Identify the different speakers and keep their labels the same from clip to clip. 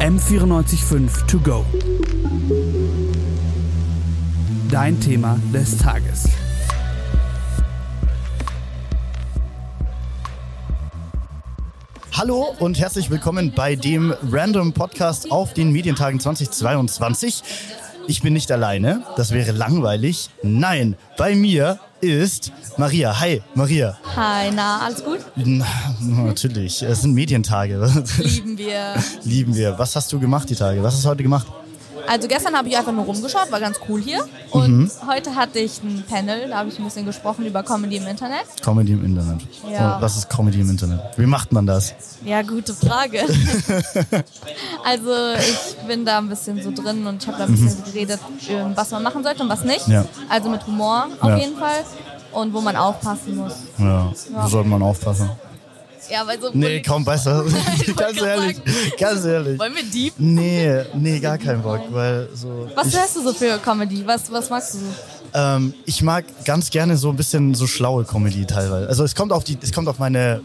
Speaker 1: M945 To Go. Dein Thema des Tages.
Speaker 2: Hallo und herzlich willkommen bei dem Random Podcast auf den Medientagen 2022. Ich bin nicht alleine, das wäre langweilig. Nein, bei mir ist Maria. Hi, Maria.
Speaker 3: Hi, na, alles gut?
Speaker 2: Na, natürlich, es sind Medientage.
Speaker 3: Lieben wir.
Speaker 2: Lieben wir. Was hast du gemacht die Tage? Was hast du heute gemacht?
Speaker 3: Also gestern habe ich einfach nur rumgeschaut, war ganz cool hier. Und
Speaker 2: Mhm.
Speaker 3: heute hatte ich ein Panel, da habe ich ein bisschen gesprochen über Comedy im Internet.
Speaker 2: Comedy im Internet.
Speaker 3: Ja.
Speaker 2: Oh, Was ist Comedy im Internet? Wie macht man das?
Speaker 3: Ja, gute Frage. also ich bin da ein bisschen so drin und ich habe da ein bisschen geredet, ähm, was man machen sollte und was nicht.
Speaker 2: Mhm. Ja.
Speaker 3: Also mit Humor auf
Speaker 2: Ja.
Speaker 3: jeden Fall. Und wo man aufpassen muss.
Speaker 2: Ja,
Speaker 3: Ja.
Speaker 2: da sollte man aufpassen.
Speaker 3: Ja, weil so
Speaker 2: Nee, kaum besser.
Speaker 3: Ich wollte
Speaker 2: ganz
Speaker 3: gerade
Speaker 2: ehrlich, ganz ehrlich.
Speaker 3: wollen wir deep.
Speaker 2: Nee, nee, gar keinen Bock, weil so...
Speaker 3: Was
Speaker 2: ich,
Speaker 3: hörst du so für Comedy? Was, was magst du so?
Speaker 2: ähm, ich mag ganz gerne so ein bisschen so schlaue Comedy teilweise. Also es kommt auf die, es kommt auf meine,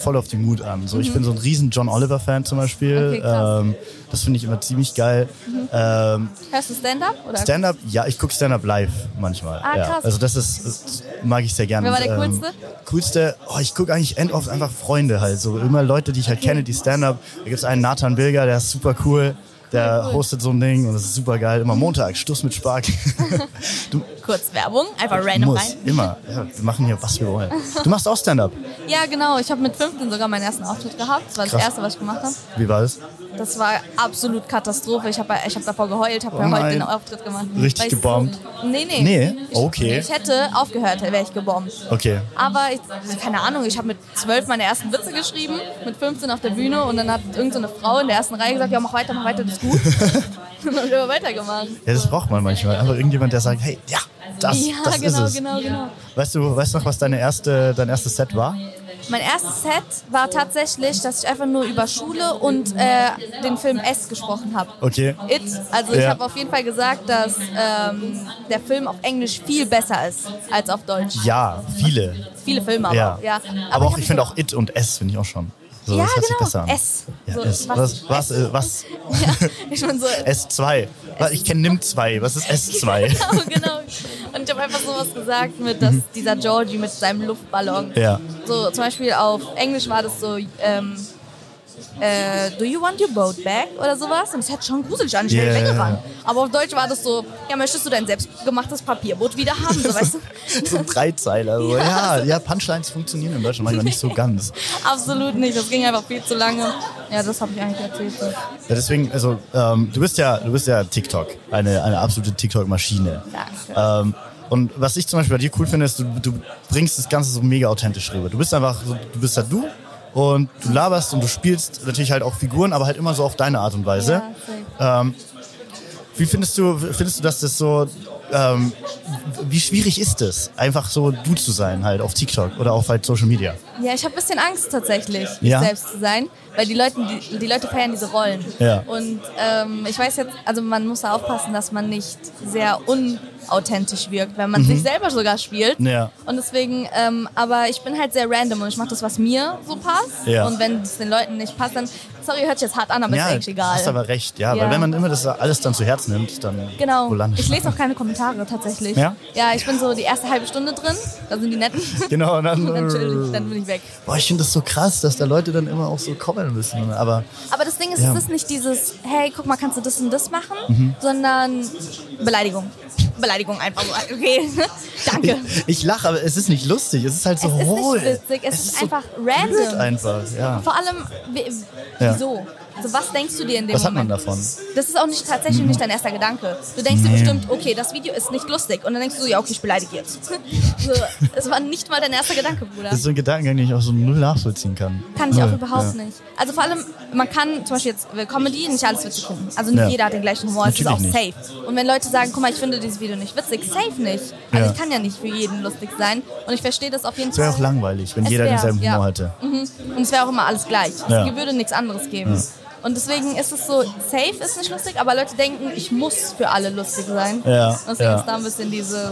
Speaker 2: voll auf den Mut an. So, ich bin so ein riesen John Oliver Fan zum Beispiel.
Speaker 3: Mhm. Okay, krass. Mhm.
Speaker 2: ähm, das finde ich immer ziemlich geil. Ähm,
Speaker 3: Hörst du Stand-up? oder?
Speaker 2: Stand-up, ja, ich gucke Stand-up live manchmal.
Speaker 3: Ah,
Speaker 2: ja.
Speaker 3: krass.
Speaker 2: Also das ist, das mag ich sehr gerne.
Speaker 3: Wer war der
Speaker 2: Und, ähm,
Speaker 3: Coolste?
Speaker 2: coolste, oh, ich gucke eigentlich end oft einfach Freunde halt. So immer Leute, die ich halt kenne, die Stand-up. Da gibt es einen Nathan Bilger, der ist super cool. Der hostet so ein Ding und das ist super geil. Immer Montag, Stuss mit Spark. du
Speaker 3: Kurz Werbung, einfach random
Speaker 2: musst,
Speaker 3: rein.
Speaker 2: immer. Ja, wir machen hier, was wir wollen. Du machst auch Stand-up.
Speaker 3: Ja, genau. Ich habe mit 15 sogar meinen ersten Auftritt gehabt. Das war das
Speaker 2: Krass.
Speaker 3: erste, was ich gemacht habe.
Speaker 2: Wie war das?
Speaker 3: Das war absolut Katastrophe. Ich habe ich hab davor geheult, habe mir heute
Speaker 2: Oh nein.
Speaker 3: den Auftritt gemacht.
Speaker 2: Richtig
Speaker 3: Weil ich so-
Speaker 2: gebombt.
Speaker 3: Nee, nee.
Speaker 2: Nee?
Speaker 3: Ich,
Speaker 2: Okay.
Speaker 3: Ich hätte aufgehört, wäre ich gebombt.
Speaker 2: Okay.
Speaker 3: Aber ich, keine Ahnung, ich habe mit 12 meine ersten Witze geschrieben, mit 15 auf der Bühne und dann hat irgendeine so eine Frau in der ersten Reihe gesagt, ja mach weiter, mach weiter, das ist gut. und dann haben wir weitergemacht.
Speaker 2: Ja, das braucht man manchmal. Aber irgendjemand, der sagt, hey, ja, das,
Speaker 3: ja,
Speaker 2: das
Speaker 3: genau,
Speaker 2: ist es.
Speaker 3: genau, genau.
Speaker 2: Weißt du, weißt du noch, was deine erste, dein erstes Set war?
Speaker 3: Mein erstes Set war tatsächlich, dass ich einfach nur über Schule und äh, den Film S gesprochen habe.
Speaker 2: Okay.
Speaker 3: It, also ich
Speaker 2: Ja.
Speaker 3: habe auf jeden Fall gesagt, dass ähm, der Film auf Englisch viel besser ist als auf Deutsch.
Speaker 2: Ja, viele.
Speaker 3: Viele Filme aber.
Speaker 2: Ja.
Speaker 3: Ja. ja.
Speaker 2: Aber, auch,
Speaker 3: hab
Speaker 2: ich finde auch It und S finde ich auch schon. So,
Speaker 3: Ja,
Speaker 2: das hört sich
Speaker 3: genau.
Speaker 2: besser an.
Speaker 3: S.
Speaker 2: Ja,
Speaker 3: So,
Speaker 2: S. Was,
Speaker 3: was-
Speaker 2: was, äh, was?
Speaker 3: Ja, ich bin so.
Speaker 2: S2. Wa- Ich kenne NIM 2. Was ist S2?
Speaker 3: genau, genau. Und ich habe einfach sowas gesagt mit dass dieser Georgie mit seinem Luftballon.
Speaker 2: Mhm. Ja.
Speaker 3: So zum Beispiel auf Englisch war das so. Ähm, äh, do you want your boat back oder sowas? Und es hat schon gruselig an, schnell
Speaker 2: Yeah.
Speaker 3: weggerannt. Aber auf Deutsch war das so, ja, möchtest du dein selbstgemachtes Papierboot wieder haben? So, weißt du?
Speaker 2: so ein Dreizeiler. So. Ja, ja, Punchlines funktionieren in Deutschland manchmal nicht so ganz.
Speaker 3: Absolut nicht, das ging einfach viel zu lange. Ja, das habe ich eigentlich erzählt. so.
Speaker 2: Ja, deswegen, also ähm, du bist ja, du bist ja TikTok, eine, eine absolute TikTok-Maschine.
Speaker 3: Danke.
Speaker 2: Ähm, und was ich zum Beispiel bei dir cool finde, ist, du, du bringst das Ganze so mega authentisch rüber. Du bist einfach, so, du bist halt du und du laberst und du spielst natürlich halt auch Figuren, aber halt immer so auf deine Art und Weise.
Speaker 3: Ja, safe.
Speaker 2: ähm, wie findest du, findest du, dass das so, ähm, wie schwierig ist es, einfach so du zu sein halt auf TikTok oder auf halt Social Media?
Speaker 3: Ja, ich habe ein bisschen Angst tatsächlich,
Speaker 2: Ja?
Speaker 3: ich selbst zu sein, weil die Leute, die, die Leute feiern diese Rollen.
Speaker 2: Ja.
Speaker 3: Und ähm, ich weiß jetzt, also man muss da aufpassen, dass man nicht sehr unauthentisch wirkt, wenn man sich selber sogar spielt.
Speaker 2: Mhm. Ja.
Speaker 3: Und deswegen, ähm, aber ich bin halt sehr random und ich mache das, was mir so passt.
Speaker 2: Ja.
Speaker 3: Und wenn es den Leuten nicht passt, dann, sorry, hört sich jetzt hart an, aber ist eigentlich egal.
Speaker 2: hast aber recht, ja,
Speaker 3: Ja.
Speaker 2: weil wenn man immer das alles dann zu Herz nimmt, dann
Speaker 3: Genau.
Speaker 2: wo landet
Speaker 3: Ich
Speaker 2: man?
Speaker 3: lese auch keine Kommentare tatsächlich.
Speaker 2: Ja?
Speaker 3: Ja, ich bin so die erste halbe Stunde drin, da sind die netten.
Speaker 2: Genau, und dann,
Speaker 3: Und dann chill ich, dann bin ich weg.
Speaker 2: Boah, ich finde das so krass, dass da Leute dann immer auch so kommen müssen. Aber
Speaker 3: Aber das Ding ist,
Speaker 2: Ja. Mhm.
Speaker 3: es ist nicht dieses, hey, guck mal, kannst du das und das machen, sondern Beleidigung. Beleidigung einfach so. Okay, danke.
Speaker 2: ich lache, aber es ist nicht lustig. Es ist halt so
Speaker 3: es ist
Speaker 2: hohl.
Speaker 3: nicht witzig, es, ist,
Speaker 2: so
Speaker 3: einfach
Speaker 2: blöd
Speaker 3: random.
Speaker 2: einfach, ja.
Speaker 3: Vor allem, wie-
Speaker 2: Ja.
Speaker 3: wieso? Also was denkst du dir in dem
Speaker 2: Was hat man
Speaker 3: Moment?
Speaker 2: davon?
Speaker 3: Das ist auch nicht tatsächlich nicht dein erster Gedanke. Du denkst dir bestimmt, okay, das Video ist nicht lustig. Und dann denkst du, so, ja, okay, ich beleidige jetzt. so, es war nicht mal dein erster Gedanke, Bruder.
Speaker 2: Das ist so ein Gedankengang, den ich auch so null nachvollziehen kann.
Speaker 3: Kann ich
Speaker 2: null.
Speaker 3: auch überhaupt
Speaker 2: ja.
Speaker 3: nicht. Also vor allem, man kann zum Beispiel jetzt äh, Comedy nicht alles witzig finden. Also nicht
Speaker 2: Ja.
Speaker 3: jeder hat den gleichen Humor, es ist auch
Speaker 2: Natürlich
Speaker 3: safe. Und wenn Leute sagen, guck mal, ich finde dieses Video nicht witzig, safe nicht. Also
Speaker 2: Ja.
Speaker 3: ich kann ja nicht für jeden lustig sein. Und ich verstehe das auf jeden
Speaker 2: Es wäre
Speaker 3: Fall.
Speaker 2: auch langweilig, wenn
Speaker 3: Es
Speaker 2: jeder
Speaker 3: wär,
Speaker 2: denselben
Speaker 3: ja.
Speaker 2: Humor hätte.
Speaker 3: Mhm. Und es wäre auch immer alles gleich.
Speaker 2: Ja.
Speaker 3: Es würde nichts anderes geben. Und deswegen ist es so, safe ist nicht lustig, aber Leute denken, ich muss für alle lustig sein.
Speaker 2: Ja,
Speaker 3: Und deswegen
Speaker 2: ja.
Speaker 3: ist da ein bisschen dieses,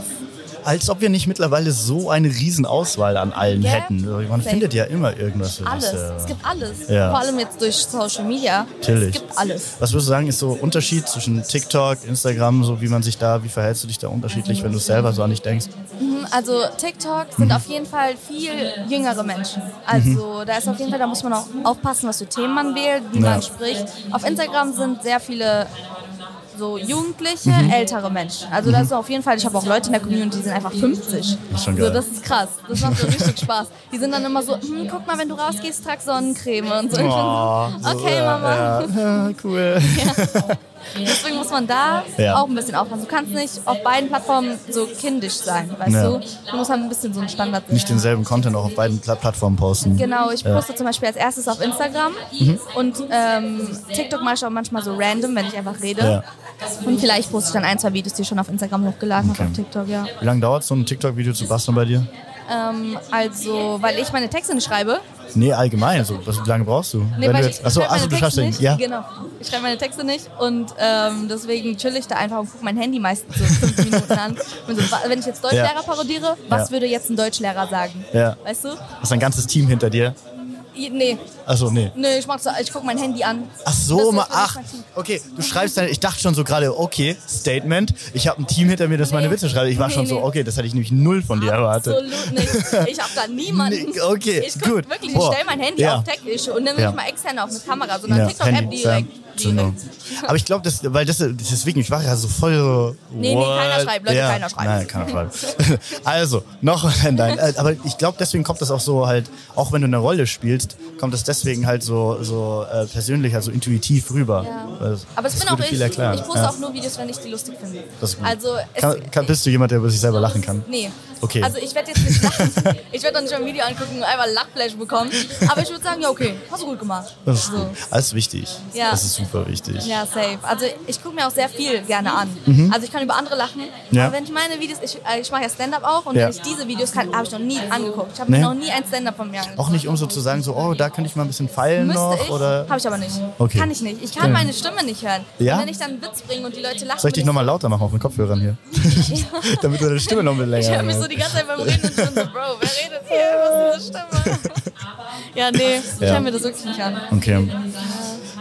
Speaker 2: als ob wir nicht mittlerweile so eine Riesenauswahl an allen
Speaker 3: Gell?
Speaker 2: hätten. Also Man
Speaker 3: Safe.
Speaker 2: findet ja immer irgendwas. äh, für
Speaker 3: Alles.
Speaker 2: sich selber.
Speaker 3: Es gibt alles.
Speaker 2: Ja.
Speaker 3: Vor allem jetzt durch Social Media.
Speaker 2: Natürlich.
Speaker 3: Es gibt alles.
Speaker 2: Was würdest du sagen, ist so Unterschied zwischen TikTok, Instagram, so wie man sich da, wie verhältst du dich da unterschiedlich, wenn du es selber so an dich denkst?
Speaker 3: Mhm, Also TikTok
Speaker 2: Mhm.
Speaker 3: sind auf jeden Fall viel jüngere Menschen. Also da ist auf jeden Fall, da muss man auch aufpassen, was für Themen man wählt, wie
Speaker 2: Ja.
Speaker 3: man spricht. Auf Instagram sind sehr viele so Jugendliche,
Speaker 2: Mhm.
Speaker 3: ältere Menschen. Also das ist auf jeden Fall, ich habe auch Leute in der Community, die sind einfach 50.
Speaker 2: Das ist schon
Speaker 3: so,
Speaker 2: geil.
Speaker 3: das ist krass. Das macht so richtig Spaß. Die sind dann immer so, hm, guck mal, wenn du rausgehst, trag Sonnencreme und so. Ich bin
Speaker 2: Oh.
Speaker 3: so, okay, Mama.
Speaker 2: Ja, cool.
Speaker 3: Deswegen muss man da
Speaker 2: Ja.
Speaker 3: auch ein bisschen aufpassen. Du kannst nicht auf beiden Plattformen so kindisch sein, weißt
Speaker 2: Ja.
Speaker 3: du? Du musst halt ein bisschen so einen Standard
Speaker 2: Nicht
Speaker 3: setzen.
Speaker 2: denselben Content auch auf beiden Pla- Plattformen posten.
Speaker 3: Genau, ich poste zum Beispiel als erstes auf Instagram
Speaker 2: Mhm.
Speaker 3: und ähm, TikTok mache ich auch manchmal so random, wenn ich einfach rede.
Speaker 2: Ja.
Speaker 3: Und vielleicht poste ich dann ein, zwei Videos, die ich schon auf Instagram hochgeladen habe, auf TikTok, ja.
Speaker 2: Wie lange dauert so ein TikTok-Video zu basteln bei dir?
Speaker 3: Ähm, also, weil ich meine Texte nicht schreibe.
Speaker 2: Nee, allgemein. So, was, wie lange brauchst du?
Speaker 3: Nee, weil ich, ich
Speaker 2: achso,
Speaker 3: schreibe
Speaker 2: achso,
Speaker 3: meine
Speaker 2: du schaffst
Speaker 3: Texte
Speaker 2: den.
Speaker 3: nicht.
Speaker 2: Ja.
Speaker 3: Genau. Ich schreibe meine Texte nicht und ähm, deswegen chill ich da einfach und gucke mein Handy meistens so fünf Minuten an. Bin so, wa- wenn ich jetzt Deutschlehrer
Speaker 2: Ja.
Speaker 3: parodiere, was
Speaker 2: Ja.
Speaker 3: würde jetzt ein Deutschlehrer sagen?
Speaker 2: Ja.
Speaker 3: Weißt du?
Speaker 2: Hast ein ganzes Team hinter dir?
Speaker 3: I- Nee,
Speaker 2: Achso, nee.
Speaker 3: nee, ich, mach so, ich gucke mein Handy an.
Speaker 2: Ach
Speaker 3: Das
Speaker 2: so,
Speaker 3: wird
Speaker 2: mal,
Speaker 3: für mich
Speaker 2: ach,
Speaker 3: mein Team.
Speaker 2: okay, du schreibst deine, ich dachte schon so gerade, okay, Statement, ich habe ein Team hinter mir, das meine
Speaker 3: Nee.
Speaker 2: Witze schreibt. Ich war
Speaker 3: Nee,
Speaker 2: schon
Speaker 3: nee.
Speaker 2: so, okay, das hatte ich nämlich null von dir erwartet.
Speaker 3: Absolut nicht. Ich habe da niemanden.
Speaker 2: Nee, okay,
Speaker 3: ich guck
Speaker 2: gut.
Speaker 3: wirklich, ich
Speaker 2: Boah.
Speaker 3: stelle mein Handy
Speaker 2: Ja.
Speaker 3: auf Technisch und nehme
Speaker 2: Ja.
Speaker 3: nicht mal extern auf eine Kamera, sondern TikTok-App
Speaker 2: Handy, ja, genau.
Speaker 3: direkt.
Speaker 2: Zündung.
Speaker 3: direkt.
Speaker 2: Aber ich glaube, das, weil das, deswegen, ich war ja so voll so.
Speaker 3: Nee, nee, keiner
Speaker 2: what?
Speaker 3: schreibt, Leute,
Speaker 2: ja.
Speaker 3: keiner schreibt.
Speaker 2: Nein, keiner schreibt. also, noch, nein, äh, aber ich glaube, deswegen kommt das auch so halt, auch wenn du eine Rolle spielst, kommt das deswegen halt so, so äh, persönlich, also intuitiv rüber.
Speaker 3: Ja.
Speaker 2: Weil das-
Speaker 3: Aber es
Speaker 2: das
Speaker 3: bin auch
Speaker 2: würde
Speaker 3: ich.
Speaker 2: viel erklären.
Speaker 3: Ich poste
Speaker 2: Ja.
Speaker 3: auch nur Videos, wenn ich die lustig finde.
Speaker 2: Das ist gut.
Speaker 3: Also es,
Speaker 2: kann, kann, bist du jemand, der über sich selber lachen kann?
Speaker 3: Nee.
Speaker 2: Okay.
Speaker 3: Also ich werde jetzt nicht lachen. ich werde doch nicht mein Video angucken und einfach Lachflash bekommen. Aber ich würde sagen, ja okay, hast du gut gemacht.
Speaker 2: Das ist,
Speaker 3: So.
Speaker 2: gut. das ist wichtig.
Speaker 3: Ja.
Speaker 2: Das ist super wichtig.
Speaker 3: Ja, safe. Also ich gucke mir auch sehr viel gerne an. Also ich kann über andere lachen.
Speaker 2: Mhm. Ja.
Speaker 3: Aber wenn ich meine Videos, ich, äh, ich mache ja Stand-up auch und
Speaker 2: Ja.
Speaker 3: wenn ich diese Videos kann, habe ich noch nie angeguckt. Ich habe
Speaker 2: Nee.
Speaker 3: noch nie ein Stand-up von mir angeguckt.
Speaker 2: Auch nicht, um so zu sagen, so, oh, da könnte ich mal ein bisschen feilen
Speaker 3: Müsste
Speaker 2: noch
Speaker 3: ich,
Speaker 2: oder.
Speaker 3: habe ich aber nicht.
Speaker 2: Okay.
Speaker 3: Kann ich nicht. Ich kann meine Stimme nicht hören.
Speaker 2: Ja?
Speaker 3: Und wenn ich dann einen Witz bringe und die Leute lachen,
Speaker 2: Soll ich dich
Speaker 3: bin
Speaker 2: nochmal lauter machen auf den Kopfhörern hier?
Speaker 3: ich-
Speaker 2: Damit du deine Stimme noch ein bisschen
Speaker 3: Ich
Speaker 2: länger
Speaker 3: höre mich so
Speaker 2: hast.
Speaker 3: die ganze Zeit beim Reden und bin so, Bro, wer redet hier? Was ist das Stimme? Ja, nee, ich
Speaker 2: Ja.
Speaker 3: höre mir das wirklich nicht an.
Speaker 2: Okay.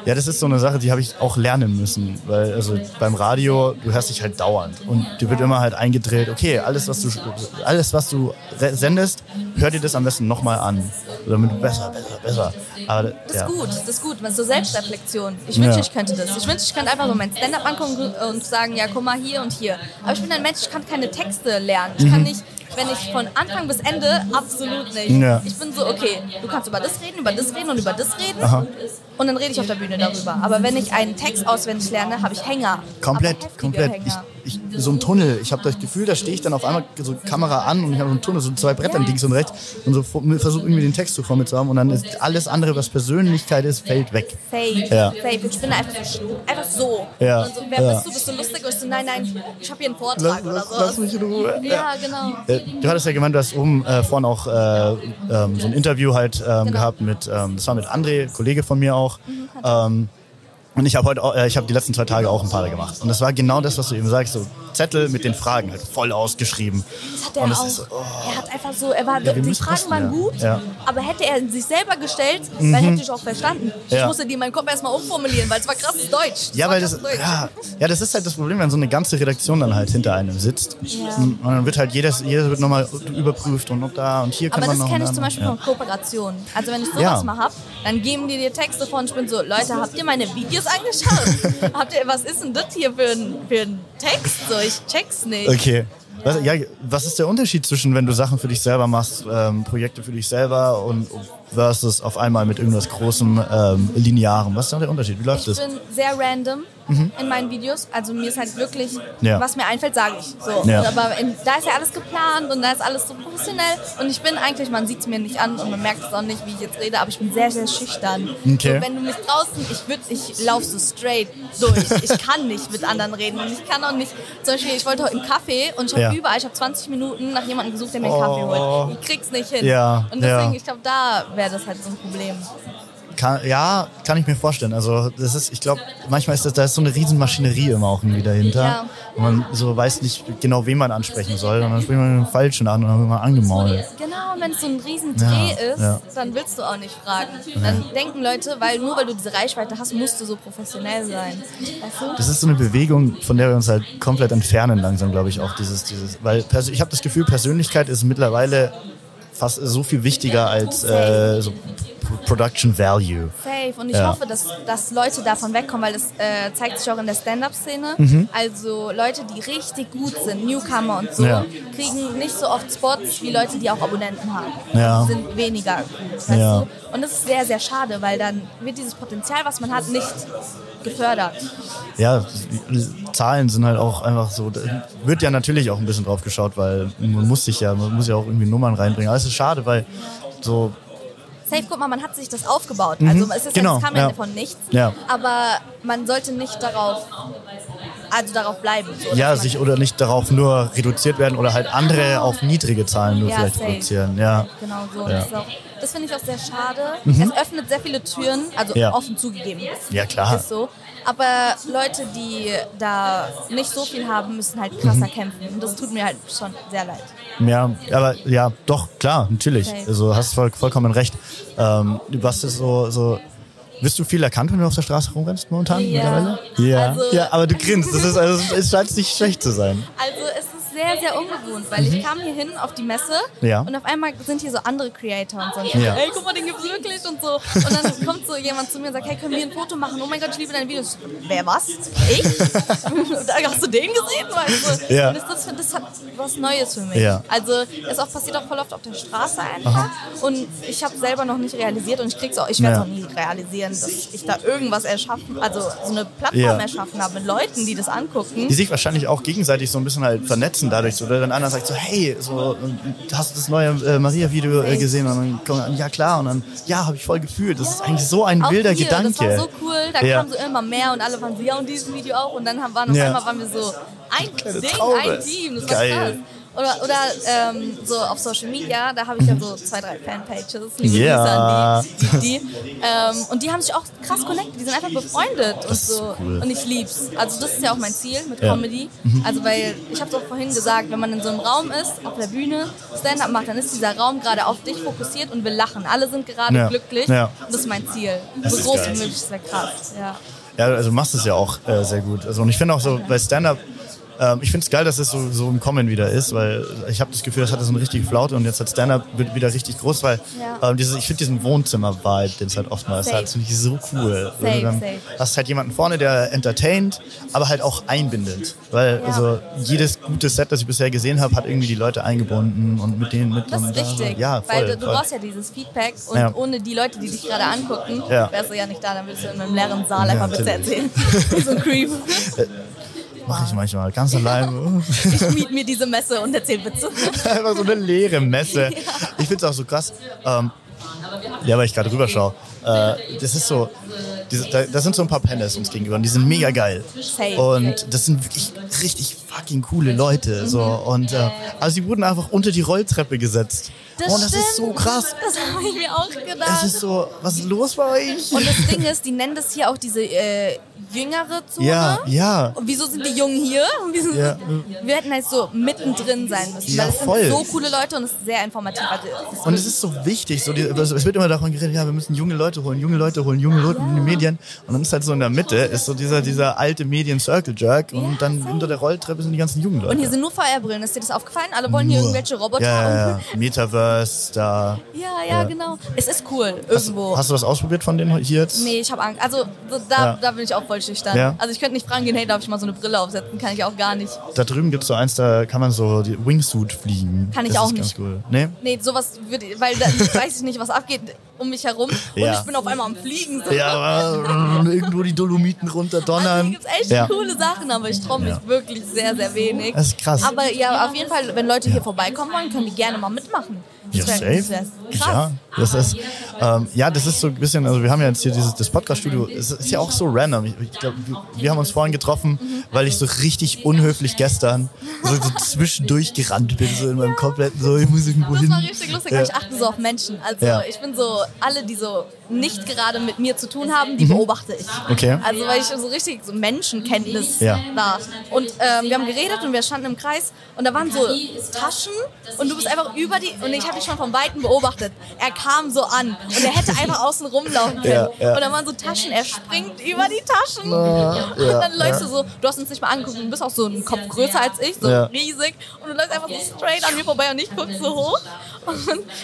Speaker 2: Ja, das ist so eine Sache, die habe ich auch lernen müssen, weil also beim Radio, du hörst dich halt dauernd und dir wird immer halt eingedreht, okay, alles was du alles was du re- sendest, hör dir das am besten nochmal an, damit du besser, besser, besser. Aber
Speaker 3: Das ist
Speaker 2: ja.
Speaker 3: gut, das ist gut. Das ist so Selbstreflexion. Ich
Speaker 2: Ja.
Speaker 3: wünsche, ich könnte das. Ich wünsche, ich könnte einfach so mein Stand-up angucken und sagen, ja, guck mal hier und hier. Aber ich bin ein Mensch, ich kann keine Texte lernen. Ich
Speaker 2: Mhm.
Speaker 3: kann nicht, wenn ich von Anfang bis Ende, absolut nicht.
Speaker 2: Ja.
Speaker 3: Ich bin so, okay, du kannst über das reden, über das reden und über das reden.
Speaker 2: Aha.
Speaker 3: Und dann rede ich auf der Bühne darüber. Aber wenn ich einen Text auswendig lerne, habe ich Hänger. Aber
Speaker 2: Komplett,
Speaker 3: heftige
Speaker 2: komplett. Ich,
Speaker 3: Hänger.
Speaker 2: ich, so ein Tunnel. Ich habe das Gefühl, da stehe ich dann auf einmal so Kamera an und ich habe so einen Tunnel, so zwei Bretter links und rechts und so versuche irgendwie den Text zu vor mir zu haben und dann ist alles andere, was Persönlichkeit ist, fällt weg.
Speaker 3: Safe,
Speaker 2: Ja.
Speaker 3: safe. Ich bin einfach so. Einfach so.
Speaker 2: Ja,
Speaker 3: Und so wer
Speaker 2: ja.
Speaker 3: bist du? Bist du lustig? Und ich so, nein, nein, ich habe hier einen
Speaker 2: Lass,
Speaker 3: Vortrag
Speaker 2: lass,
Speaker 3: oder
Speaker 2: lass
Speaker 3: so.
Speaker 2: mich in Ruhe.
Speaker 3: Ja, genau.
Speaker 2: Äh, Du hattest ja gemeint, du hast oben äh, vorhin auch äh, ähm, so ein Interview halt ähm, gehabt mit, ähm, das war mit André, Kollege von mir auch. Ähm, und ich habe heute, auch- äh, ich habe die letzten zwei Tage auch ein paar gemacht. Und das war genau das, was du eben sagst, so Zettel mit den Fragen halt voll ausgeschrieben.
Speaker 3: Das hat er
Speaker 2: und das
Speaker 3: auch.
Speaker 2: ist so, oh.
Speaker 3: Er hat einfach so, er war,
Speaker 2: Ja, wir
Speaker 3: die
Speaker 2: müssen
Speaker 3: Fragen
Speaker 2: kosten,
Speaker 3: waren
Speaker 2: ja.
Speaker 3: gut,
Speaker 2: Ja. Mhm.
Speaker 3: aber hätte er sich selber gestellt, dann hätte ich auch verstanden. Ich
Speaker 2: Ja.
Speaker 3: musste die in meinem Kopf erstmal umformulieren, weil es war krasses Deutsch.
Speaker 2: Ja,
Speaker 3: war
Speaker 2: weil das,
Speaker 3: krasses Deutsch.
Speaker 2: ja, ja, das ist halt das Problem, wenn so eine ganze Redaktion dann halt hinter einem sitzt. Und dann wird halt jedes, jedes wird nochmal überprüft und ob da und hier kann
Speaker 3: Aber
Speaker 2: man
Speaker 3: das
Speaker 2: noch. und
Speaker 3: kenne ich
Speaker 2: da
Speaker 3: zum
Speaker 2: noch.
Speaker 3: Beispiel von Kooperationen. Also wenn ich sowas
Speaker 2: Ja.
Speaker 3: mal hab, dann geben die dir Texte von. Ich bin so, Leute, habt ihr meine Videos angeschaut? habt ihr, was ist denn das hier für ein, für ein Text? So, ich check's nicht.
Speaker 2: Ja. Okay. Was, ja, was ist der Unterschied zwischen, wenn du Sachen für dich selber machst, ähm, Projekte für dich selber und versus auf einmal mit irgendwas Großem, ähm, Linearem? Was ist da der Unterschied? Wie läuft
Speaker 3: Ich
Speaker 2: das?
Speaker 3: bin sehr random in meinen Videos. Also mir ist halt wirklich,
Speaker 2: Ja.
Speaker 3: was mir einfällt, sage ich. So.
Speaker 2: Ja.
Speaker 3: Aber in, da ist ja alles geplant und da ist alles so professionell. Und ich bin eigentlich, man sieht es mir nicht an und man merkt es auch nicht, wie ich jetzt rede, aber ich bin sehr, sehr schüchtern.
Speaker 2: Okay.
Speaker 3: So, wenn du mich draußen, ich, würd- ich laufe so straight durch. Ich kann nicht mit anderen reden und ich kann auch nicht, zum Beispiel, ich wollte heute im Café und ich habe
Speaker 2: Ja.
Speaker 3: überall, ich habe 20 Minuten nach jemandem gesucht, der mir einen
Speaker 2: Oh.
Speaker 3: Kaffee holt. Ich krieg's nicht hin.
Speaker 2: Ja,
Speaker 3: Und
Speaker 2: ja.
Speaker 3: deswegen, ich glaube, da wäre das halt so ein Problem.
Speaker 2: Kann, ja, kann ich mir vorstellen. Also das ist, ich glaube, manchmal ist das, da ist so eine Riesenmaschinerie immer auch irgendwie dahinter.
Speaker 3: Ja.
Speaker 2: Und man so weiß nicht genau, wen man ansprechen soll. Und dann spricht man den Falschen an und dann wird man angemault.
Speaker 3: Genau, wenn es so ein Riesendreh
Speaker 2: Ja,
Speaker 3: ist,
Speaker 2: ja.
Speaker 3: dann willst du auch nicht fragen. Dann denken Leute, weil nur weil du diese Reichweite hast, musst du so professionell sein. Weißt du?
Speaker 2: Das ist so eine Bewegung, von der wir uns halt komplett entfernen langsam, glaube ich, auch dieses, dieses. Weil pers- ich habe das Gefühl, Persönlichkeit ist mittlerweile fast so viel wichtiger als äh, so P- Production Value.
Speaker 3: Safe. Und ich
Speaker 2: Ja.
Speaker 3: hoffe, dass, dass Leute davon wegkommen, weil das äh, zeigt sich auch in der Stand-Up-Szene.
Speaker 2: Mhm.
Speaker 3: Also Leute, die richtig gut sind, Newcomer und so,
Speaker 2: Ja.
Speaker 3: kriegen nicht so oft Spots wie Leute, die auch Abonnenten haben.
Speaker 2: Ja.
Speaker 3: Die sind weniger gut. Weißt
Speaker 2: Ja.
Speaker 3: du? Und das ist sehr, sehr schade, weil dann wird dieses Potenzial, was man hat, nicht gefördert.
Speaker 2: ja, Zahlen sind halt auch einfach so, da wird ja natürlich auch ein bisschen drauf geschaut, weil man muss sich ja, man muss ja auch irgendwie Nummern reinbringen. Aber es ist schade, weil so,
Speaker 3: Safe, guck mal, man hat sich das aufgebaut. Also es ist
Speaker 2: Genau,
Speaker 3: ja, es kam ja,
Speaker 2: ja.
Speaker 3: von nichts,
Speaker 2: Ja.
Speaker 3: aber man sollte nicht darauf, also darauf bleiben. So,
Speaker 2: ja,
Speaker 3: dass man-
Speaker 2: sich oder nicht darauf nur reduziert werden oder halt andere auf niedrige Zahlen nur
Speaker 3: Ja,
Speaker 2: vielleicht
Speaker 3: safe.
Speaker 2: reduzieren. Ja,
Speaker 3: Genau so.
Speaker 2: Ja.
Speaker 3: Das, ist auch- das finde ich auch sehr schade. Es öffnet sehr viele Türen, also
Speaker 2: Mhm. Ja.
Speaker 3: offen zugegeben.
Speaker 2: Ja, klar.
Speaker 3: Ist so. Aber Leute, die da nicht so viel haben, müssen halt
Speaker 2: Mhm.
Speaker 3: krasser kämpfen. Und das tut mir halt schon sehr leid.
Speaker 2: Ja, aber ja, doch, klar, natürlich.
Speaker 3: Okay.
Speaker 2: Also hast voll, vollkommen recht. Ähm, was ist so, so, wirst du viel erkannt, wenn du auf der Straße rumrennst momentan?
Speaker 3: Ja.
Speaker 2: Mittlerweile? Ja.
Speaker 3: Also-
Speaker 2: ja, aber du grinst. Das ist, also, es scheint nicht schlecht zu sein.
Speaker 3: Also es ist sehr, sehr ungewohnt, weil ich kam hier hin auf die Messe
Speaker 2: Mhm. Ja.
Speaker 3: und auf einmal sind hier so andere Creator und so. Und ich
Speaker 2: Ja.
Speaker 3: so, Ey, guck mal, den gibt's wirklich und so. Und dann kommt so jemand zu mir und sagt, hey, können wir ein Foto machen? Oh mein Gott, ich liebe deine Videos. Wer was? Ich? Hast du den gesehen? Weißt du?
Speaker 2: Ja.
Speaker 3: Und das, das, das hat was Neues für mich.
Speaker 2: Ja.
Speaker 3: Also es auch, passiert auch voll oft auf der Straße einfach. Und ich habe selber noch nicht realisiert und ich krieg's auch, ich werde es
Speaker 2: Ja.
Speaker 3: auch nie realisieren, dass ich da irgendwas erschaffen, also so eine Plattform
Speaker 2: Ja.
Speaker 3: erschaffen habe mit Leuten, die das angucken.
Speaker 2: die sich wahrscheinlich auch gegenseitig so ein bisschen halt vernetzen dadurch, so, oder? Wenn einer sagt so, hey, so, hast du das neue äh, Maria-Video äh, gesehen? Und dann kommt man, ja klar, und dann, ja, habe ich voll gefühlt. Das ist eigentlich so ein
Speaker 3: Auch
Speaker 2: wilder
Speaker 3: hier,
Speaker 2: Gedanke.
Speaker 3: Das war so cool, da
Speaker 2: Ja.
Speaker 3: kam so immer mehr und alle waren so, ja und dieses Video auch und dann haben, waren auf
Speaker 2: Ja.
Speaker 3: einmal waren wir so ein
Speaker 2: kleine
Speaker 3: Ding,
Speaker 2: Taube.
Speaker 3: ein Team, das
Speaker 2: Geil.
Speaker 3: war krass. Oder, oder ähm, so auf Social Media, da habe ich ja so zwei, drei Fanpages, liebe
Speaker 2: Ja.
Speaker 3: Grüße an die. die, die ähm, und die haben sich auch krass connected, die sind einfach befreundet und
Speaker 2: ist
Speaker 3: so.
Speaker 2: cool.
Speaker 3: Und ich lieb's. Also das ist ja auch mein Ziel mit
Speaker 2: Ja. Mhm.
Speaker 3: Comedy. Also weil, ich habe es auch vorhin gesagt, wenn man in so einem Raum ist, auf der Bühne, Stand-Up macht, dann ist dieser Raum gerade auf dich fokussiert und wir lachen. Alle sind gerade
Speaker 2: Ja.
Speaker 3: glücklich.
Speaker 2: Ja.
Speaker 3: Das ist mein Ziel.
Speaker 2: Das
Speaker 3: so
Speaker 2: ist
Speaker 3: groß
Speaker 2: geil.
Speaker 3: wie möglich, das wäre krass. Ja.
Speaker 2: Ja, also du machst es ja auch äh, sehr gut. Also, und ich finde auch so bei Stand-Up, ähm, ich finde es geil, dass es so, so im Kommen wieder ist, weil ich habe das Gefühl, das hatte so eine richtige Flaute und jetzt hat Stand-Up wird wieder richtig groß, weil
Speaker 3: Ja.
Speaker 2: ähm, dieses, ich finde diesen Wohnzimmer-Vibe, den es halt oftmals
Speaker 3: Safe.
Speaker 2: hat, finde ich so cool. Also
Speaker 3: Safe,
Speaker 2: dann
Speaker 3: safe.
Speaker 2: hast halt jemanden vorne, der entertaint, aber halt auch einbindet. Weil
Speaker 3: Ja.
Speaker 2: also jedes gute Set, das ich bisher gesehen habe, hat irgendwie die Leute eingebunden und mit denen mit
Speaker 3: Das
Speaker 2: und
Speaker 3: ist
Speaker 2: da-
Speaker 3: wichtig,
Speaker 2: Ja, voll,
Speaker 3: weil du, du
Speaker 2: voll.
Speaker 3: brauchst ja dieses Feedback und
Speaker 2: Ja.
Speaker 3: ohne die Leute, die dich gerade angucken,
Speaker 2: Ja.
Speaker 3: wärst du ja nicht da, dann würdest du in einem leeren Saal
Speaker 2: Ja,
Speaker 3: einfach Witze erzählen. Wie so ein Creep.
Speaker 2: Mach ich manchmal ganz allein.
Speaker 3: Ich miet mir diese Messe und erzähl Witze.
Speaker 2: Einfach so eine leere Messe. Ich finde es auch so krass. Ähm, ja, weil ich gerade rüberschaue. Äh, das ist so, diese, da, da sind so ein paar Pandas uns gegenüber und die sind mega geil.
Speaker 3: Safe,
Speaker 2: Und
Speaker 3: safe.
Speaker 2: das sind wirklich richtig fucking coole Leute. So.
Speaker 3: Mhm.
Speaker 2: Und äh, also die wurden einfach unter die Rolltreppe gesetzt. und oh, das ist so
Speaker 3: stimmt.
Speaker 2: krass.
Speaker 3: Das habe ich mir auch gedacht.
Speaker 2: Es ist so, was ist los bei euch?
Speaker 3: Und das Ding ist, die nennen das hier auch diese äh, jüngere Zone.
Speaker 2: Ja, ja.
Speaker 3: Und wieso sind die Jungen hier? Und wieso
Speaker 2: Ja.
Speaker 3: Wir hätten halt so mittendrin sein müssen.
Speaker 2: Ja,
Speaker 3: weil es
Speaker 2: voll.
Speaker 3: sind so coole Leute und es ist sehr informativ. Also, es ist
Speaker 2: Und es ist so wichtig, so die, es es wird immer davon geredet, ja, wir müssen junge Leute holen, junge Leute holen, junge Leute in die Medien. Und dann ist halt so in der Mitte, ist so dieser, dieser alte Medien-Circle-Jerk und
Speaker 3: Ja,
Speaker 2: dann
Speaker 3: safe.
Speaker 2: unter der Rolltreppe sind die ganzen jungen Leute.
Speaker 3: Und hier sind nur VR-Brillen. Ist dir das aufgefallen? Alle wollen hier
Speaker 2: Nur.
Speaker 3: irgendwelche Roboter.
Speaker 2: Ja, ja,
Speaker 3: und-
Speaker 2: ja. Metaverse, da.
Speaker 3: ja, ja,
Speaker 2: Ja.
Speaker 3: genau. Es ist cool, irgendwo.
Speaker 2: Hast du was ausprobiert von denen hier jetzt?
Speaker 3: nee, ich habe Angst. Also so, da,
Speaker 2: Ja.
Speaker 3: da bin ich auch voll schüchtern.
Speaker 2: Ja.
Speaker 3: Also ich könnte nicht fragen gehen, hey, darf ich mal so eine Brille aufsetzen? Kann ich auch gar nicht.
Speaker 2: Da drüben gibt's so eins, da kann man so die Wingsuit fliegen.
Speaker 3: Kann ich
Speaker 2: das
Speaker 3: auch
Speaker 2: ist
Speaker 3: nicht.
Speaker 2: Ganz cool. Nee?
Speaker 3: Nee, sowas würde, weil dann weiß ich nicht, was abgeht um mich herum.
Speaker 2: Ja.
Speaker 3: Und ich bin auf einmal am Fliegen. So.
Speaker 2: Ja, aber irgendwo die Dolomiten
Speaker 3: Also
Speaker 2: runterdonnern.
Speaker 3: hier gibt's echt
Speaker 2: ja.
Speaker 3: coole Sachen, aber ich traue mich
Speaker 2: Ja.
Speaker 3: wirklich sehr, sehr wenig.
Speaker 2: Das ist krass.
Speaker 3: Aber ja, auf jeden Fall, wenn Leute hier vorbeikommen wollen, können die gerne mal mitmachen.
Speaker 2: Ja,
Speaker 3: Das
Speaker 2: safe.
Speaker 3: wär- das wär krass.
Speaker 2: Ja, das ist, ähm, ja, das ist so ein bisschen, also wir haben ja jetzt hier dieses das Podcast-Studio, es ist ja auch so random. Ich, ich glaub, wir- wir haben uns vorhin getroffen, weil ich so richtig unhöflich gestern so, so zwischendurch gerannt bin, so in meinem kompletten, so, ich muss irgendwo
Speaker 3: Das
Speaker 2: hin.
Speaker 3: war richtig lustig, weil ich achte so auf Menschen. Also
Speaker 2: Ja.
Speaker 3: ich bin so, alle, die so nicht gerade mit mir zu tun haben, die beobachte ich.
Speaker 2: Mhm. Okay.
Speaker 3: Also weil ich so richtig so Menschenkenntnis
Speaker 2: Ja.
Speaker 3: da. Und ähm, wir haben geredet und wir standen im Kreis und da waren so Taschen und du bist einfach über die und ich habe dich schon von Weitem beobachtet. Er kam so an und er hätte einfach außen rumlaufen können.
Speaker 2: Ja, ja.
Speaker 3: Und da waren so Taschen, er springt über die Taschen.
Speaker 2: ja,
Speaker 3: und dann läufst
Speaker 2: ja.
Speaker 3: du so, du hast uns nicht mal angeguckt, du bist auch so ein Kopf größer als ich, so
Speaker 2: Ja.
Speaker 3: riesig. Und du läufst einfach so straight an mir vorbei und ich guck so hoch. Und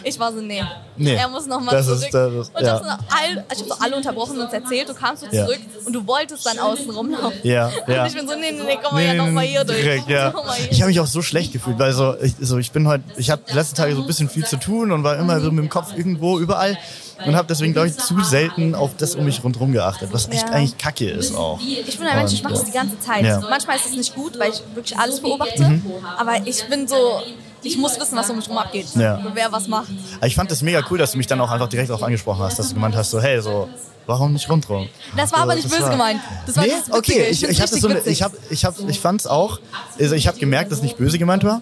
Speaker 3: ich war so, nee,
Speaker 2: Nee,
Speaker 3: er muss nochmal
Speaker 2: das
Speaker 3: zurück.
Speaker 2: ist- das ist-
Speaker 3: und ich
Speaker 2: ja.
Speaker 3: hab so all, ich hab so alle unterbrochen und uns erzählt, du kamst so
Speaker 2: Ja.
Speaker 3: zurück und du wolltest dann außen rumlaufen.
Speaker 2: Ja, ja.
Speaker 3: Und ich bin so, nee, nee, nee, komm mal ja nochmal hier durch.
Speaker 2: direkt, ja.
Speaker 3: Noch mal hier.
Speaker 2: Ich habe mich auch so schlecht gefühlt, weil so ich, so, ich bin heute, ich hatte die letzten Tage so ein bisschen viel zu tun und war immer so mit dem Kopf irgendwo, überall und habe deswegen, glaube ich, zu selten auf das um mich rundherum geachtet, was echt
Speaker 3: Ja.
Speaker 2: eigentlich kacke ist auch.
Speaker 3: ich bin ein Mensch, ich mache das die ganze Zeit.
Speaker 2: Oh. Ja. Mhm.
Speaker 3: Manchmal ist es nicht gut, weil ich wirklich alles beobachte, aber ich bin so, ich muss wissen, was um mich rum abgeht.
Speaker 2: Ja.
Speaker 3: Wer was macht.
Speaker 2: Aber ich fand das mega cool, dass du mich dann auch einfach direkt darauf angesprochen hast, dass du gemeint hast, so, hey, so, warum nicht rundherum?
Speaker 3: Das war aber nicht
Speaker 2: das
Speaker 3: böse
Speaker 2: war-
Speaker 3: gemeint. Das war
Speaker 2: nee,
Speaker 3: das Witzige.
Speaker 2: okay, ich,
Speaker 3: find's
Speaker 2: ich hatte
Speaker 3: richtig
Speaker 2: so eine,
Speaker 3: witzig.
Speaker 2: ich hab, ich hab, ich fand's auch, also ich habe gemerkt, dass nicht böse gemeint war,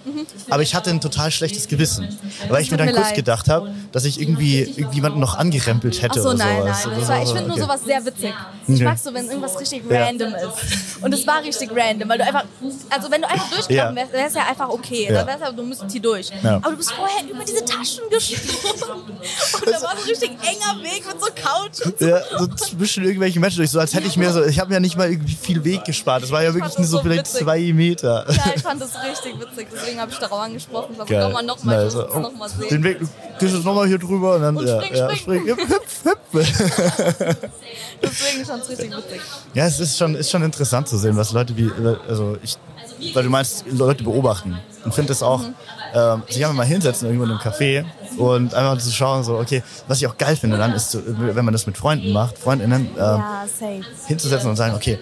Speaker 2: aber ich hatte ein total schlechtes Gewissen, weil ich mir
Speaker 3: Mhm. tut
Speaker 2: dann
Speaker 3: mir
Speaker 2: kurz
Speaker 3: leid.
Speaker 2: gedacht habe, dass ich irgendwie irgendjemanden noch angerempelt hätte
Speaker 3: Ach so,
Speaker 2: oder
Speaker 3: nein,
Speaker 2: sowas.
Speaker 3: nein.
Speaker 2: Oder
Speaker 3: Das war, ich
Speaker 2: so,
Speaker 3: finde nur
Speaker 2: okay.
Speaker 3: sowas sehr witzig. Ich
Speaker 2: Okay.
Speaker 3: mag so, wenn irgendwas richtig
Speaker 2: Ja.
Speaker 3: random ist. Und es war richtig random, weil du einfach, also wenn du einfach durchgekommen
Speaker 2: Ja.
Speaker 3: wärst, wär's ja einfach okay.
Speaker 2: Ja.
Speaker 3: Dann wär's ja, du müsstest hier durch.
Speaker 2: Ja.
Speaker 3: Aber du bist vorher über diese Taschen gesprungen. Und da war so ein richtig enger Weg mit so Couch und so.
Speaker 2: Ja, so zwischen irgendwelchen Menschen durch, so als hätte ich mir so, ich habe mir ja nicht mal irgendwie viel Weg gespart. Das war ja wirklich
Speaker 3: fand
Speaker 2: nur
Speaker 3: das
Speaker 2: so
Speaker 3: so
Speaker 2: vielleicht
Speaker 3: witzig.
Speaker 2: zwei Meter.
Speaker 3: Ja, ich fand das richtig witzig, deswegen habe ich darauf angesprochen. Ich war so,
Speaker 2: Geil.
Speaker 3: komm mal nochmal, ich
Speaker 2: Nice.
Speaker 3: muss es
Speaker 2: Oh,
Speaker 3: nochmal
Speaker 2: Den
Speaker 3: sehen.
Speaker 2: Weg, du gehst jetzt nochmal hier drüber und dann
Speaker 3: Und
Speaker 2: ja,
Speaker 3: spring,
Speaker 2: ja,
Speaker 3: spring.
Speaker 2: spring. Hüpf, hüpf, hüpf.
Speaker 3: Deswegen fand es richtig witzig.
Speaker 2: Ja, es ist schon, ist schon interessant zu sehen, was Leute wie, also ich, weil du meinst, Leute beobachten und finde es auch, ähm, sich einfach mal hinsetzen irgendwo in einem Café und einfach zu schauen, so, okay, was ich auch geil finde dann ist, so, wenn man das mit Freunden macht, Freundinnen, ähm,
Speaker 3: Ja, safe.
Speaker 2: hinzusetzen und sagen, okay,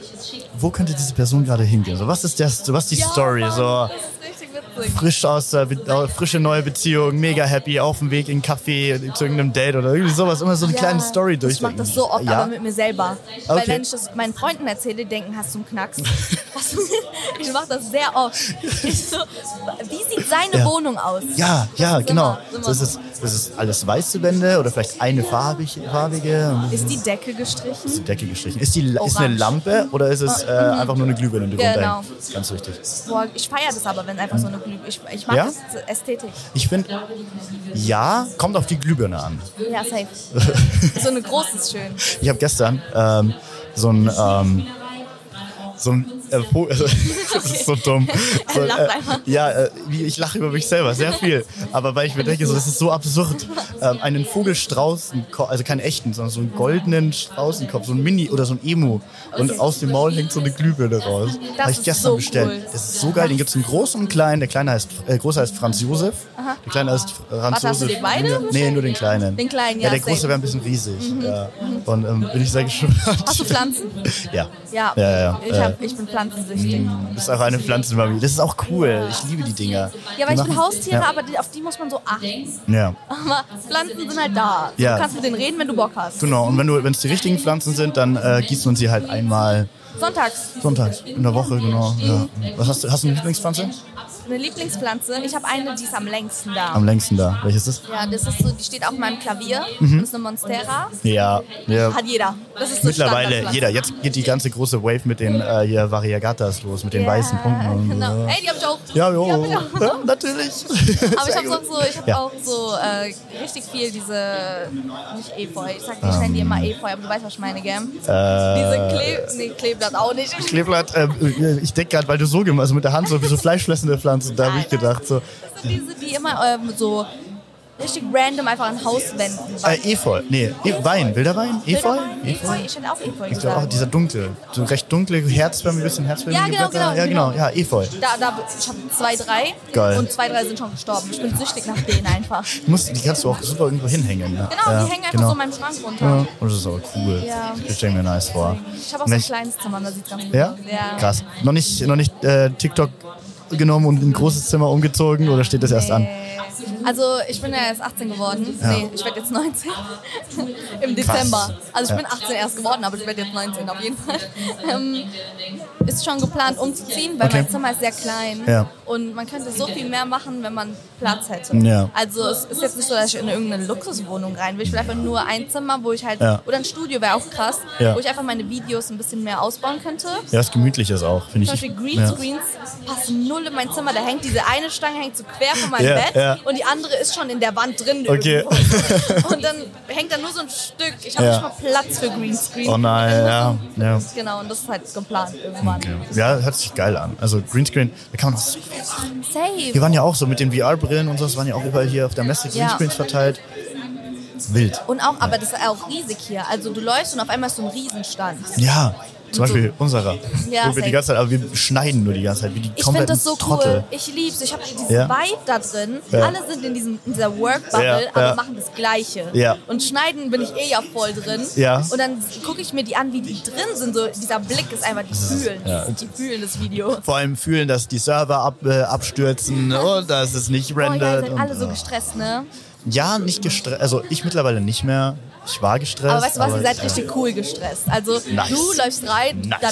Speaker 2: wo könnte diese Person gerade hingehen? So, was ist das, so, was ist die Story?
Speaker 3: Ja, Mann,
Speaker 2: So,
Speaker 3: Das ist richtig witzig.
Speaker 2: frisch aus der Be- äh, frische neue Beziehung, mega happy, auf dem Weg in einen Café, zu irgendeinem Date oder irgendwie sowas, immer so eine kleine Story durch.
Speaker 3: Ich mache das so oft,
Speaker 2: ja?
Speaker 3: aber mit mir selber. Weil
Speaker 2: Okay.
Speaker 3: wenn ich das meinen Freunden erzähle, die denken, hast du einen Knacks. Was? ich mache das sehr oft. Ich so, wie sieht seine
Speaker 2: Ja.
Speaker 3: Wohnung aus?
Speaker 2: Ja, ja,
Speaker 3: Sind
Speaker 2: genau.
Speaker 3: wir, sind wir.
Speaker 2: Das ist, das ist alles weiße Wände oder vielleicht eine farbige. farbige
Speaker 3: Ist die Decke gestrichen?
Speaker 2: Decke gestrichen. Ist, die, ist eine
Speaker 3: Orange.
Speaker 2: Lampe oder ist es äh, einfach nur eine Glühbirne, die
Speaker 3: Genau.
Speaker 2: runterhängt? Ganz richtig.
Speaker 3: Boah, ich feiere das aber, wenn einfach so eine Glüh... Ich, ich mag
Speaker 2: Ja?
Speaker 3: das Ästhetik.
Speaker 2: Ich finde, ja, kommt auf die Glühbirne an.
Speaker 3: Ja, safe. so eine große ist schön.
Speaker 2: Ich habe gestern ähm, so ein ähm, so ein äh, Po- das ist so dumm. So,
Speaker 3: Er lacht
Speaker 2: äh,
Speaker 3: einfach.
Speaker 2: ja, äh, wie- ich lache über mich selber sehr viel, aber weil ich mir denke, so, das ist so absurd, ähm, einen Vogelstrauß, also keinen echten, sondern so einen goldenen Straußenkopf, so ein Mini oder so ein Emu und
Speaker 3: Okay.
Speaker 2: aus dem Maul hängt so eine Glühbirne raus.
Speaker 3: Das
Speaker 2: Habe ich
Speaker 3: ist
Speaker 2: gestern
Speaker 3: so
Speaker 2: bestellt.
Speaker 3: cool.
Speaker 2: Das ist so geil, den gibt es in groß und einen kleinen. Der kleine heißt äh, große heißt Franz Josef, der kleine heißt Franz
Speaker 3: Warte, hast du
Speaker 2: Josef.
Speaker 3: die beide
Speaker 2: nee,
Speaker 3: bestellt?
Speaker 2: nur den kleinen.
Speaker 3: Den kleinen,
Speaker 2: ja
Speaker 3: ja,
Speaker 2: der
Speaker 3: safe.
Speaker 2: große wäre ein bisschen riesig. Ja. Und ähm, bin ich sehr gespannt.
Speaker 3: Mhm. Hast du Pflanzen?
Speaker 2: Ja.
Speaker 3: Ja.
Speaker 2: Ja, ja,
Speaker 3: Ich,
Speaker 2: ja.
Speaker 3: hab, ich bin pflanzensüchtig.
Speaker 2: Das ist auch eine Pflanzenfamilie. Das ist auch cool. Ich liebe die Dinger.
Speaker 3: Ja, weil
Speaker 2: Die
Speaker 3: ich will
Speaker 2: machen-
Speaker 3: Haustiere,
Speaker 2: ja.
Speaker 3: aber die, auf die muss man so achten.
Speaker 2: Ja,
Speaker 3: Aber Pflanzen sind halt da.
Speaker 2: Ja.
Speaker 3: Du kannst mit denen reden, wenn du Bock hast.
Speaker 2: genau. Und wenn du, wenn es die richtigen Pflanzen sind, dann äh, gießt man sie halt einmal
Speaker 3: Sonntags.
Speaker 2: sonntags in der Woche, genau. Ja. Was hast du? Hast du eine Lieblingspflanze?
Speaker 3: Eine Lieblingspflanze. Ich habe eine, die ist am längsten da.
Speaker 2: Am längsten da. Welches ist?
Speaker 3: ja, das ist so, die steht auf meinem Klavier.
Speaker 2: Mhm.
Speaker 3: Das ist eine Monstera.
Speaker 2: Ja, ja.
Speaker 3: Hat jeder. Das ist so
Speaker 2: Mittlerweile
Speaker 3: Standardpflanze.
Speaker 2: jeder. Jetzt geht die ganze große Wave mit den äh, hier Variegatas los, mit den
Speaker 3: Ja,
Speaker 2: weißen Punkten.
Speaker 3: Genau. Ey, die hab ich auch.
Speaker 2: Ja,
Speaker 3: Die hab
Speaker 2: jo.
Speaker 3: ich auch.
Speaker 2: Ja, natürlich.
Speaker 3: Aber ich
Speaker 2: Sehr
Speaker 3: habe
Speaker 2: gut.
Speaker 3: auch so, ich hab
Speaker 2: Ja.
Speaker 3: auch so äh, richtig viel diese, nicht Efeu, ich,
Speaker 2: Ah.
Speaker 3: sag, ich nenne die immer Efeu, aber du weißt, was ich meine,
Speaker 2: Äh.
Speaker 3: gell? diese Kleb, nee, Kleeblatt auch nicht. Ich,
Speaker 2: Kleeblatt, ähm, ich denke gerade, weil du so gemacht also mit der Hand so, so fleischfressende Pflanzen, da habe ich gedacht so. äh,
Speaker 3: das sind diese, die immer ähm, so richtig random einfach an Hauswänden
Speaker 2: Äh, Efeu, nee, e Wein, wilder Wein, Efeu?
Speaker 3: Efeu? Ich hätte auch Efeu
Speaker 2: Ich glaube auch
Speaker 3: gesagt.
Speaker 2: dieser dunkle, so recht dunkle Herzwärme, ein bisschen herzförmige
Speaker 3: Ja, genau,
Speaker 2: Blätter.
Speaker 3: genau,
Speaker 2: ja, genau,
Speaker 3: genau.
Speaker 2: ja, Efeu.
Speaker 3: Da, da, ich habe zwei, drei.
Speaker 2: Geil.
Speaker 3: Und zwei, drei sind schon gestorben. Ich bin süchtig nach denen einfach.
Speaker 2: Du musst, die kannst du auch super irgendwo hinhängen. Ne?
Speaker 3: Genau,
Speaker 2: ja,
Speaker 3: die hängen einfach
Speaker 2: genau.
Speaker 3: so in meinem Schrank runter.
Speaker 2: ja, und das ist aber cool.
Speaker 3: Ja.
Speaker 2: Das stelle ich mir nice vor.
Speaker 3: Ich habe auch
Speaker 2: Und
Speaker 3: so ein
Speaker 2: ich-
Speaker 3: kleines Zimmer, da sieht ganz gut
Speaker 2: Ja?
Speaker 3: aus. Ja.
Speaker 2: Krass. Noch nicht, noch nicht äh, TikTok genommen und in ein großes Zimmer umgezogen oder steht das erst an?
Speaker 3: Äh, Also ich bin ja erst 18 geworden. Nee, ich werde jetzt 19. Im
Speaker 2: Krass.
Speaker 3: Dezember. Also ich bin 18 erst geworden, aber ich werde jetzt 19 auf jeden Fall. Ähm, ist schon geplant umzuziehen, weil
Speaker 2: Okay.
Speaker 3: mein Zimmer ist sehr klein.
Speaker 2: Ja.
Speaker 3: Und man könnte so viel mehr machen, wenn man Platz hätte.
Speaker 2: Ja.
Speaker 3: Also es ist jetzt nicht so, dass ich in irgendeine Luxuswohnung rein will. Ich will einfach nur ein Zimmer, wo ich halt,
Speaker 2: Ja.
Speaker 3: oder ein Studio wäre auch krass,
Speaker 2: Ja.
Speaker 3: wo ich einfach meine Videos ein bisschen mehr ausbauen könnte.
Speaker 2: Ja, was Gemütliches auch, finde ich.
Speaker 3: Zum Beispiel
Speaker 2: ja.
Speaker 3: Greenscreens passen null in mein Zimmer. Da hängt diese eine Stange hängt so quer von meinem
Speaker 2: Ja,
Speaker 3: Bett
Speaker 2: ja.
Speaker 3: und die andere ist schon in der Wand drin.
Speaker 2: Okay.
Speaker 3: irgendwo. Und dann hängt da nur so ein Stück. Ich habe
Speaker 2: Ja.
Speaker 3: nicht mal Platz für Greenscreen.
Speaker 2: Oh nein, ja. ja.
Speaker 3: Genau, und das ist halt geplant irgendwann.
Speaker 2: Ja, hört sich geil an. Also Greenscreen, da kann man auch so viel machen. Wir
Speaker 3: Safe.
Speaker 2: waren ja auch so mit den VR-Brillen und so, das waren ja auch überall hier auf der Messe Greenscreens verteilt. Wild.
Speaker 3: Und auch, aber das ist auch riesig hier. Also du läufst und auf einmal ist so ein Riesenstand.
Speaker 2: Ja, zum Beispiel unserer.
Speaker 3: Ja,
Speaker 2: wo wir die
Speaker 3: safe.
Speaker 2: ganze Zeit, aber wir schneiden nur die ganze Zeit, wie die
Speaker 3: Ich finde
Speaker 2: kompletten
Speaker 3: das so
Speaker 2: Trottel.
Speaker 3: cool. Ich lieb's. Ich habe diesen
Speaker 2: Ja.
Speaker 3: Vibe da drin.
Speaker 2: Ja.
Speaker 3: Alle sind in, diesem, in dieser Work-Bubble,
Speaker 2: Ja,
Speaker 3: aber
Speaker 2: ja.
Speaker 3: machen das Gleiche.
Speaker 2: Ja.
Speaker 3: Und schneiden bin ich eh ja voll drin.
Speaker 2: Ja.
Speaker 3: Und dann gucke ich mir die an, wie die drin sind. So, dieser Blick ist einfach, die fühlen.
Speaker 2: ja.
Speaker 3: Die fühlen das Video.
Speaker 2: Vor allem fühlen, dass die Server ab, äh, abstürzen und dass es nicht
Speaker 3: Oh ja, ihr
Speaker 2: rendert.
Speaker 3: seid
Speaker 2: und,
Speaker 3: alle so
Speaker 2: ah.
Speaker 3: gestresst, ne?
Speaker 2: ja, nicht gestresst. Also ich mittlerweile nicht mehr. Ich war gestresst. äh,
Speaker 3: Aber weißt du was, ihr seid
Speaker 2: ja.
Speaker 3: richtig cool gestresst. Also
Speaker 2: Nice.
Speaker 3: du läufst rein,
Speaker 2: Nice.
Speaker 3: da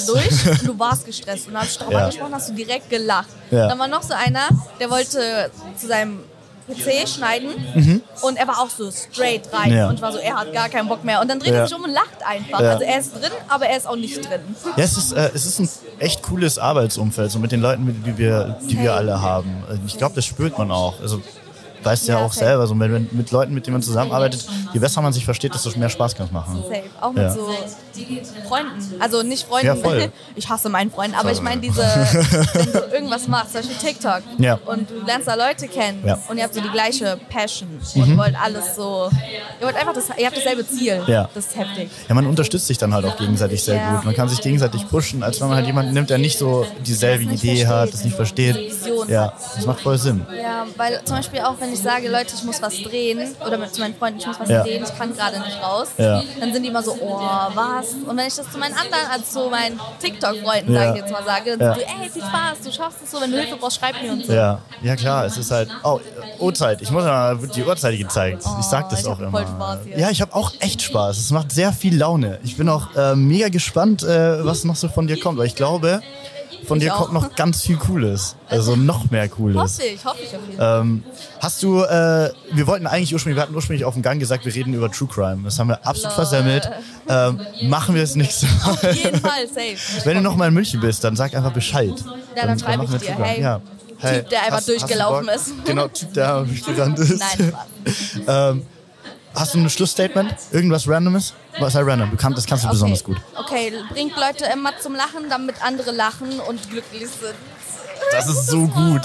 Speaker 3: durch, und du warst gestresst. Und dann hast du darüber
Speaker 2: Ja.
Speaker 3: gesprochen, hast du direkt gelacht.
Speaker 2: Ja.
Speaker 3: Dann war noch so einer, der wollte zu seinem PC schneiden und er war auch so straight rein
Speaker 2: Mhm. Ja.
Speaker 3: und war so, er hat gar keinen Bock mehr. Und dann dreht
Speaker 2: Ja.
Speaker 3: er sich um und lacht einfach.
Speaker 2: Ja.
Speaker 3: Also er ist drin, aber er ist auch nicht drin.
Speaker 2: Ja, es ist, äh, es ist ein echt cooles Arbeitsumfeld, so mit den Leuten, mit- die wir, die wir alle haben. Äh, Ich glaube, das spürt man auch. Also weißt ja,
Speaker 3: Ja,
Speaker 2: auch
Speaker 3: safe.
Speaker 2: selber, so wenn man mit Leuten, mit denen man zusammenarbeitet, je besser man sich versteht, desto mehr Spaß kann es machen.
Speaker 3: Safe. Auch mit
Speaker 2: Ja.
Speaker 3: so Freunden. Also nicht Freunden.
Speaker 2: Ja, voll.
Speaker 3: Ich hasse meinen Freund, aber ich meine diese, wenn du irgendwas machst, zum Beispiel TikTok
Speaker 2: Ja.
Speaker 3: und du lernst da Leute kennen
Speaker 2: Ja. Mhm.
Speaker 3: und ihr habt so die gleiche Passion und wollt alles so, ihr wollt einfach, das, ihr habt dasselbe Ziel.
Speaker 2: Ja.
Speaker 3: Das ist heftig.
Speaker 2: Ja, man unterstützt sich dann halt auch gegenseitig sehr
Speaker 3: Ja.
Speaker 2: gut. Man kann sich gegenseitig pushen, als wenn man halt jemanden nimmt, der nicht so dieselbe
Speaker 3: Das nicht
Speaker 2: Idee hat,
Speaker 3: versteht.
Speaker 2: das nicht versteht.
Speaker 3: Die Vision
Speaker 2: Ja,
Speaker 3: hat.
Speaker 2: das macht voll Sinn.
Speaker 3: Ja, weil zum Beispiel auch, wenn ich sage, Leute, ich muss was drehen, oder mit, zu meinen Freunden, ich muss was
Speaker 2: Ja.
Speaker 3: drehen, ich kann gerade nicht raus,
Speaker 2: Ja.
Speaker 3: dann sind die immer so, oh, was? Und wenn ich das zu meinen anderen, also zu meinen TikTok-Freunden,
Speaker 2: Ja.
Speaker 3: sage ich jetzt mal, sage, dann
Speaker 2: Ja.
Speaker 3: sind die, ey, viel Spaß, du schaffst es so, wenn du Hilfe brauchst, schreib mir und so.
Speaker 2: Ja, ja klar, es ist halt. Oh, Uhrzeit. Ich muss ja wird die Uhrzeit gezeigt. ich sag das
Speaker 3: Oh, ich
Speaker 2: auch
Speaker 3: hab
Speaker 2: immer.
Speaker 3: voll Spaß hier.
Speaker 2: Ja, ich habe auch echt Spaß. Es macht sehr viel Laune. Ich bin auch äh, mega gespannt, äh, was noch so von dir kommt. Weil ich glaube, von dir
Speaker 3: auch.
Speaker 2: kommt noch ganz viel Cooles. Also noch mehr Cooles.
Speaker 3: Hoffe ich, hoffe ich auf jeden Fall.
Speaker 2: Ähm, hast du, äh, wir wollten eigentlich ursprünglich, wir hatten ursprünglich auf dem Gang gesagt, wir reden über True Crime. Das haben wir absolut
Speaker 3: Lol.
Speaker 2: versemmelt. Ähm, machen wir es nächstes Mal.
Speaker 3: Auf jeden Fall, safe.
Speaker 2: Wenn du nochmal in München bist, dann sag einfach Bescheid.
Speaker 3: dann schreib
Speaker 2: machen
Speaker 3: ich
Speaker 2: wir
Speaker 3: dir,
Speaker 2: Zugang.
Speaker 3: hey, Typ, der einfach durchgelaufen
Speaker 2: Bock?
Speaker 3: ist.
Speaker 2: Genau, Typ, der einfach durchgerannt ist.
Speaker 3: Nein, Spaß.
Speaker 2: ähm, hast du ein Schlussstatement? Irgendwas Randomes? Was sei random? Du kannst, das kannst du besonders gut.
Speaker 3: Okay, bringt Leute immer zum Lachen, damit andere lachen und glücklich sind.
Speaker 2: Das ist so gut.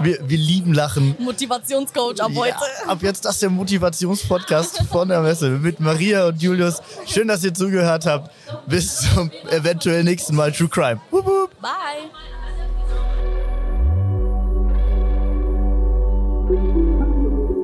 Speaker 2: Wir, wir lieben Lachen.
Speaker 3: Motivationscoach ab heute.
Speaker 2: Ja, ab jetzt das der Motivationspodcast von der Messe mit Maria und Julius. Schön, dass ihr zugehört habt. Bis zum eventuell nächsten Mal True Crime. Wupp, wupp.
Speaker 3: Bye.